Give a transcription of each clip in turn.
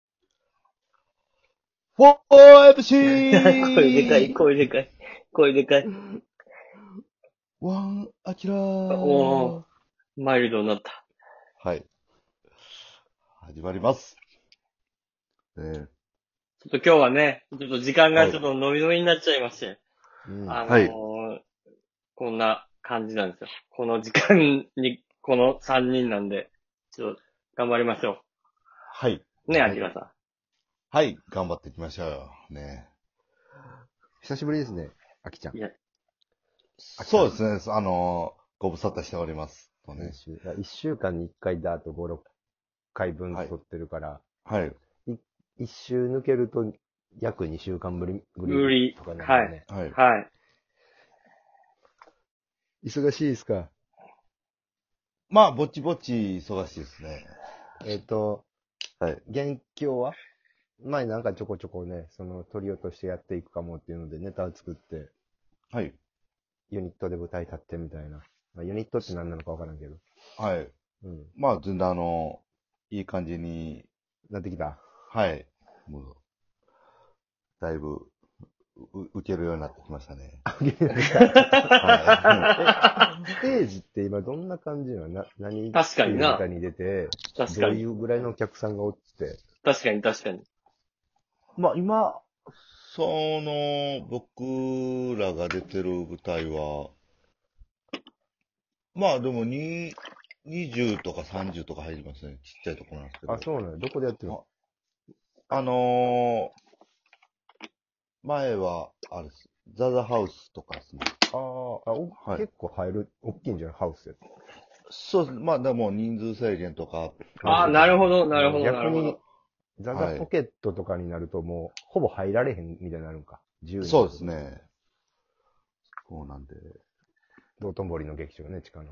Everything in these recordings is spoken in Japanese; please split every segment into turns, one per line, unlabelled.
声
4MC!
でかい、声でかい、声でかい。
ワン、アキラー。
お
は
マイルドになった。
い。始まります。ね
ちょっと今日はね、ちょっと時間が
はい
ちょっと伸び伸びになっちゃいまして、
うん
あのー
はい。
こんな感じなんですよ。この時間に、この3人なんで、ちょっと頑張りましょ
はい。
う。ね、
はい
アキラさ
はい。頑張っていきましょうよ。ね
久しぶりですね、あきちゃん
ん。い。や、
そうですね。あのーご無沙汰しております。とね
先週だから一週間に一回だと5、6回分撮ってるから、
はい。
一週抜けると約2週間ぶり、ぶ
ぶり
とかなんだね。
はい。
はい。
忙しいですか
まあ、ぼちぼち忙しいですね。
えっ、と、
はい。
元凶は前なんかちょこちょこね、そのトリオとしてやっていくかもっていうのでネタを作って、
はい。
ユニットで舞台立ってみたいな。まあ、ユニットって何なのかわからんけど。
はい。
うん。
まあ、全然あのいい感じに、
なってき た。
はい。もう、だいぶ、う受けるようになってきましたね。 は
ステージって今どんな感じなのな何
確かにな
中に出て、
確
ど
か
う
に
い。うぐらいのお客さんがおって。
確かに、確かに。
いまあ、今、その、僕らが出てる舞台は、まあでも、に20とか30とか入りますね。ちっちゃいとこなんですけど。
あ、そうなのどこでやってるの
あのー、前は、あれです。ザザハウスとかですね。
あーあ、お
はい
結構入る、大きいんじゃないハウスやって
そうですね。まあでも人数制限とか、
あーなるほどなるほどな
逆
るほど
に、ザザポケットとかになるともう、ほぼ入られへんみたいになるんか。自由に。
そうです。ね。そうなんで、
道頓堀の劇場ね、地下の。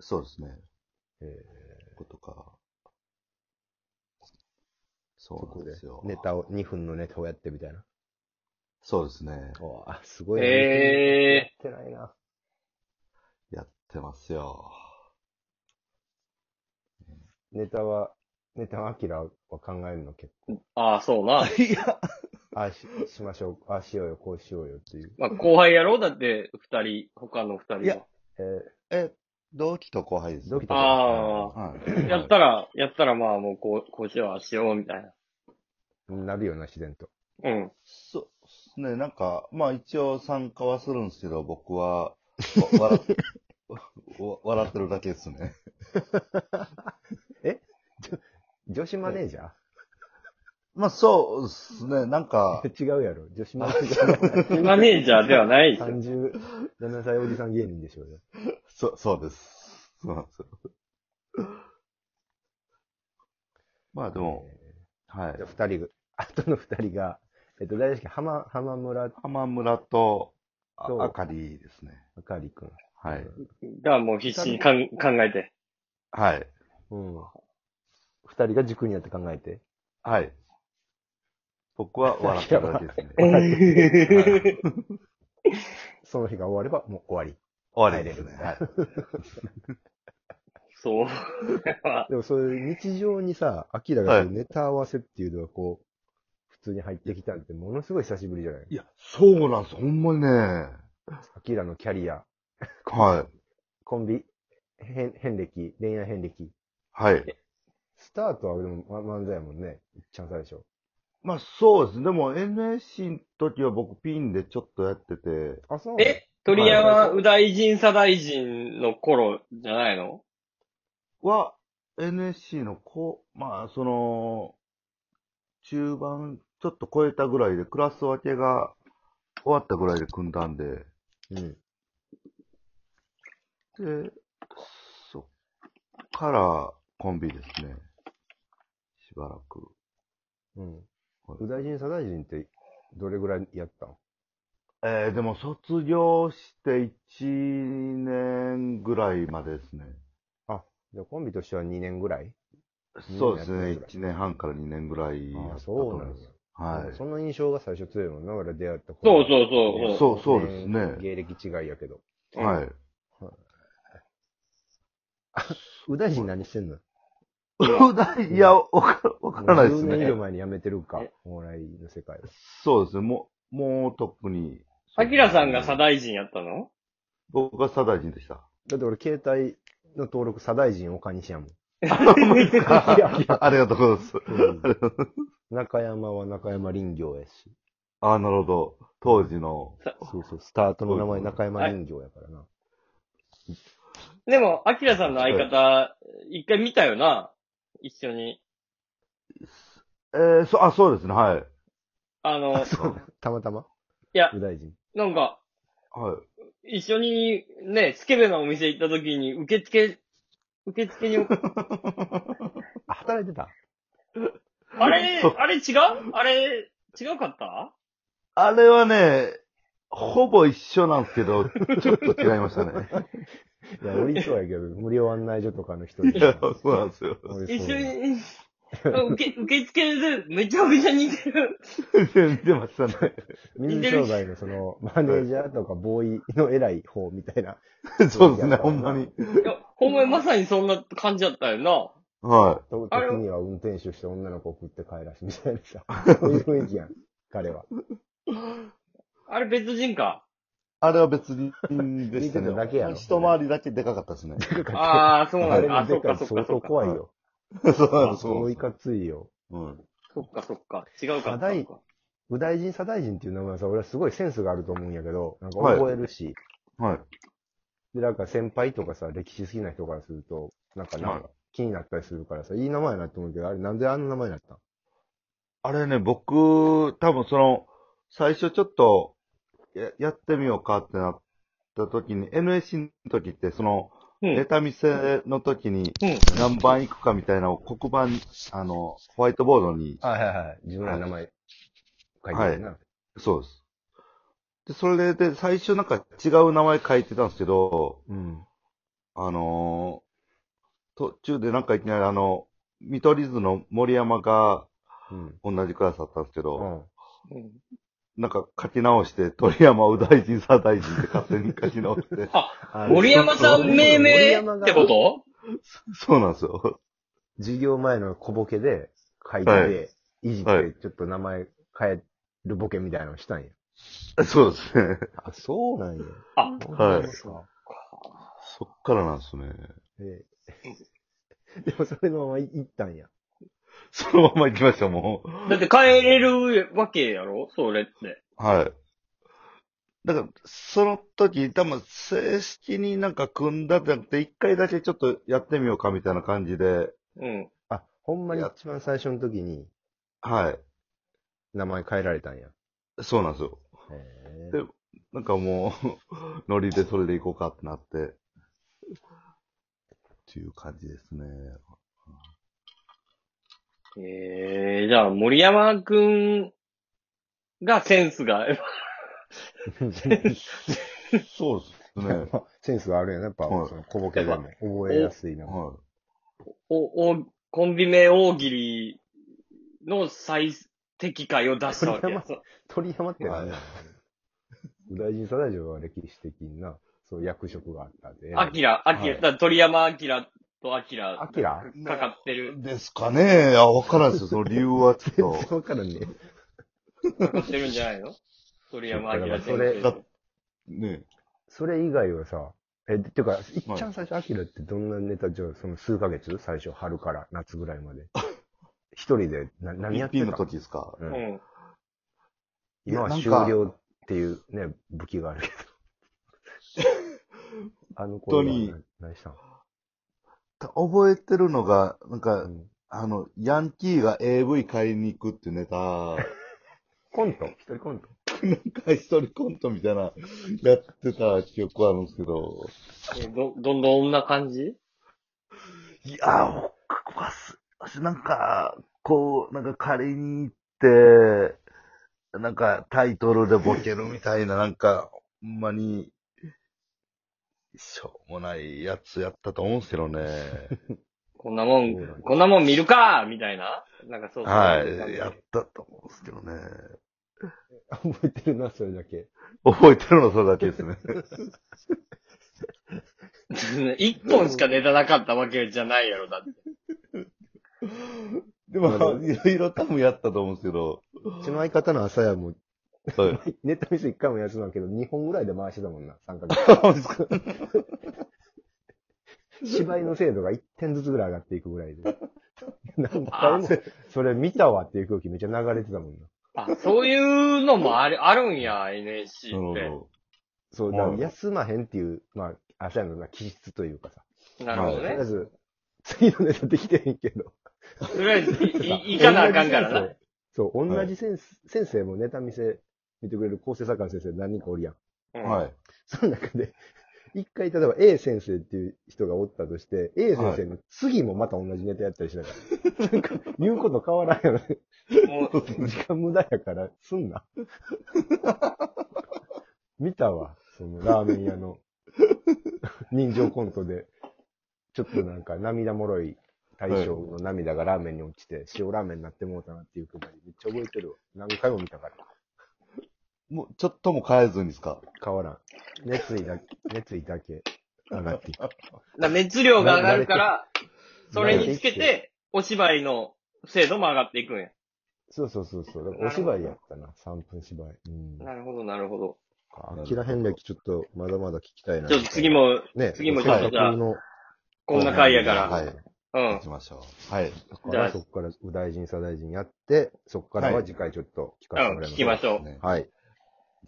そうですね。
えー
ことか。そうなんです
そ
よ
こ。でネタを、2分のネタをやってみたいな。
そうですね。
おあ、すごいな。
え
やってないな。
やってますよ。
ネタは、ネタはアキラは考えるの結
ー、ああ、そうな。
いや、
構。あ、し、しましょう。あ、しようよ、こうしようよっていう。
まあ、後輩やろうだって、二人、他の二人は。
いや
えー
え、同期と後輩です、
同期と
あ
はい。
やったら、やったらまあもうこう、こうしよう、ああしよう、みたい
なるよな、自然と。
な。うん。
そうっすね、なんか、まあ一応参加はするんですけど、僕 は、わ笑っわ笑ってるだけですね。
女子マネージャ
まあそうですね、なんか、
ー違うやろ。女子マネージャーの。
マネージャーではないですよ。
37歳おじさん芸人でしょうね。
そ、そうです。そうなんですよ。まあでも、はい
じゃ。あ二人が、あとの二人が、えっと、誰でしたっけ浜、浜村
浜村と、あ
そう
あかりですね。
あかりくん。
はい。
がもう必死にかん考えて。
はい。
うん。二人が軸になって考えて。
はい。僕 は笑ってるだけですね。
え
その日が終わればもう終わり。
終わりですね。
は
はいい。
そう。
でもそういう日常にさ、アキラがそういうネタ合わせっていうのがこう、普通に入ってきたってものすごい久しぶりじゃない
いや、そうなんです。ほんまにね。
アキラのキャリア、
はい。
コンビ、変、変歴、恋愛変歴。
はい。
スタートはでもま漫才やもんね。チャンスあるでしょ。
まあそうですね。でも NSC の時は僕ピンでちょっとやってて、
あ、そうなの
え、鳥山右大臣左大臣の頃じゃないの
は NSC のこう、まあその、中盤ちょっと超えたぐらいで、クラス分けが終わったぐらいで組んだんで、
うん。
で、そっからコンビですね。しばらく。
うん。
はい
右大臣、左大臣って、どれぐらいやったの
えー、でも卒業して1年ぐらいまでですね。
じゃあコンビとしては2年ぐらい
そうですね。
二年やって
1年半から2年ぐらいやったと思います。
な
は
ん
い
だ。その印象が最初強いもんな、俺出会った
そう
う
そうそうそう。
そう、そうですね。
芸歴違いやけど。
うん
はい。
右大臣何してんの
う ない、いや、わかわからないです
10年以
ね
上。前に辞めてるか
え、
お笑いの世界は。
そうですね。もう、もう特に。
アキラさんが左大臣やったの
僕が左大臣でした。
だって俺、携帯の登録、左大臣 岡西やもん。
あ
いやいや
ありがとうございます。
中山は中山林業やし。
あなるほど。当時の。
そうそう、スタートの名前中山林業やからな。
でも、アキラさんの相方、一回見たよな一緒に。
えー、そ、あ、そうですね。はい。
あの、
そうたまたま
いや
右大臣。
なんか、
はい。
一緒にね、スケベなお店行った時に、受付、受付に、
あ、働いてた
あれ、
そう
あれ違うあれ、違かった
あれはね、ほぼ一緒なんですけど、ちょっと違いましたね。
いや、俺そうやけど、無料案内所とかの人
いや、そうなん ですよ。
俺そう
一緒に、受受付でめちゃくちゃ似てる。
見てましたね。
水商売のその、マネージャーとかボーイの偉い方みたいな。
そうですね、ほんまに。
いや、ほんまにまさにそんな感じだったよな。
は
と
あれ
時には運転手して女の子送って帰らしみたいなさ。そういう雰囲気やん、彼は。
あれ別人か。
い。あれは別人でした
見て
ね。
ただけやろ
一回りだけでかかったですね。
ああ、そうな
あ
ん
れ
だ。あ、
も
そ
で
っ
か
か
い
そっか
相
そ
当
っか。
怖いよ。
そうなんです
そういかついよ。
うん。
そっかそっか。違うか。
あ大右大臣、左大臣っていう名前はさ、俺はすごいセンスがあると思うんやけど、なんか覚えるし、
はい。
で、なんか先輩とかさ、歴史好きな人からすると、なんかなん
は
か気になったりするからさ、いい名前やなって思うけど、あれなんであんな名前になったん
あれね、僕、多分その、最初ちょっと、や、やってみようかってなった時に、NSC の時って、その、
うん。う
ネ
ん。
タ見せの時に、何番行くかみたいなのを黒板、あの、ホワイトボードに、
あ、はいはいはい。自分の名前書いてるな。
そうです。で、それで、最初なんか違う名前書いてたんですけど、
うん。
あのー途中でなんかいきなりあの、見取り図の森山が
うん。
同じクラスだったんですけ
う
ど、
ん。
うん
なんか書き直して、鳥山右大臣左大臣って勝手に書き直し て、
あの
森山さん命名ってこ
森山が
と
そうなんですよ。
授業前の小ボケで書いて、
はい
いじっ
はい
てちょっと名前変えるボケみたいなのしたんや。
そうですね。
あ、そうなんや。
あ、
はい
そう
そっからなんですね。
ええでもそれのままい行ったんや。
そのまま行きました、もう。
だって変えれるわけやろそれって。
はい。だから、その時、多分、正式になんか組んだってなくて、一回だけちょっとやってみようかみたいな感じで、
うん。
あ、ほんまに一番最初の時に
は
名前変えられたんや。
い。そうなんですよ。
へえ
でなんかもう、 ノリでそれで行こうかってなって、っていう感じです ね。
ええじゃあ森山くんがセンスが、
そうですね。
まあセンスがあるよね。やっぱ、
はい
その小ボケでも覚えやすいな。
は
お、お、コンビ名大喜利の最適解を出したわけや。そう
鳥山って
は
何
い
や大臣左大臣は歴史的な、そう、役職があったんで。
アキラ、アキラ、だから鳥山アキラとアキラ
アキラ
い。
かかってる。
ですかね。あ、わからん ですよ。その理由はちょっ
わからんね。
かってるんじゃないの鳥山明先
それ
だ
生。
と。ね。
それ以外はさ、え、っていうか、いっちゃん最初、アキラってどんなネタじゃあ、その数ヶ月最初、春から夏ぐらい まで。一人で、な、何やってた
PP の時ですか。
う
うんん。
今は
なん
終
か
了っていうね、武器があるけ ど。あの
当
頃は
に
何何したの
覚えてるのが、なんか、
うん
あの、ヤンキーが AV 買いに行くっていうネタ、
コント一人コント
なんか一人コントみたいな、やってた記憶はあるんですけど。
えど、どんどんな感じ
いやー、僕はす、私なんか、こう、なんか借りに行って、なんかタイトルでボケるみたいな、なんか、ほんまに、しょうもないやつやったと思うんですけどね。
こんなも
そうだ
ん、
ね
こんなもん見るかみたいななんかそうそう。
はい、 やったと思うんですけどね。
覚えてるな、それだけ。
覚えてるのそれだけですね。
一本しかネタなかったわけじゃないやろ、だって。
でも、いろいろ多分やったと思うんですけど、
うちの相方の朝やも、
はい。
ネットミス一回も休まんけど、2本ぐらいで回してたもんな、3ヶ
そうですか
月。 芝居の精度が1点ずつぐらい上がっていくぐら いで。何回
あ
も、それ見たわっていう空気めっちゃ流れてたもんな。
あ、そういうのもある、あるんや、NSC
なるほ
っ
ど。
そう、だから
はい
休まへんっていう、まあ、朝やのな気質というかさ。
て。なるほど
とりあえ
ね。
ず、次のネタできてへんけど。
とりあえず、い、い、いかなあかんからな。
そう、
は
同
い
じ先生先生もネタ見せ、見てくれる構成作家の先生何人かおるやん。
うん
はい。
その中で、一回例えば A 先生っていう人がおったとして、A 先生の次もまた同じネタやったりしながら、なんか言うこと変わらんよね。
もう、
時間無駄やから、すんな。 見たわ、そのラーメン屋の人情コントで、ちょっとなんか涙もろい大将の涙がラーメンに落ちて、塩ラーメンになってもうたなっていうくだり、めっちゃ覚えてるわ。何回も見たから。
もう、ちょっとも変えずにですか
変わらん。熱意だけ、熱意だけ上がっていく。
な熱量が上がるから、そ
慣
れ
れて
につけ
慣れて
て、お芝居の精度も上がっていくんや。
そうそうそうそう。だからお芝居やったな、3分芝居。うん。
なるほど、なるほど。
あきら遍歴ちょっとまだまだ聞きたいな。
ちょっと次。も、
ね、
次も
ちょっと
せっ
じゃあ
かくの
こんな回やか
はい
ら。。
行きましょう。はい。
だか
じゃあ
らそこから右大臣、左大臣やって、そこからは次回ちょっと聞かせて
うん。うん、
もらいます。
聞きましょう。
ね
はい。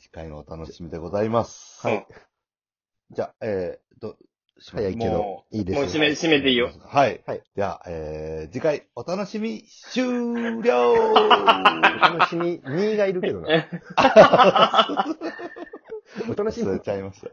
次回のお楽しみでございます。
はい。
じゃあ、えー、と、
早いけど
も、
いいです
もう
よ
締め、締めていいよ。。
はい。
はい
じゃあ、えー、次回お楽しみ終了
お楽しみ、2がいるけどな。お楽し
忘
み
れ。ちゃいました。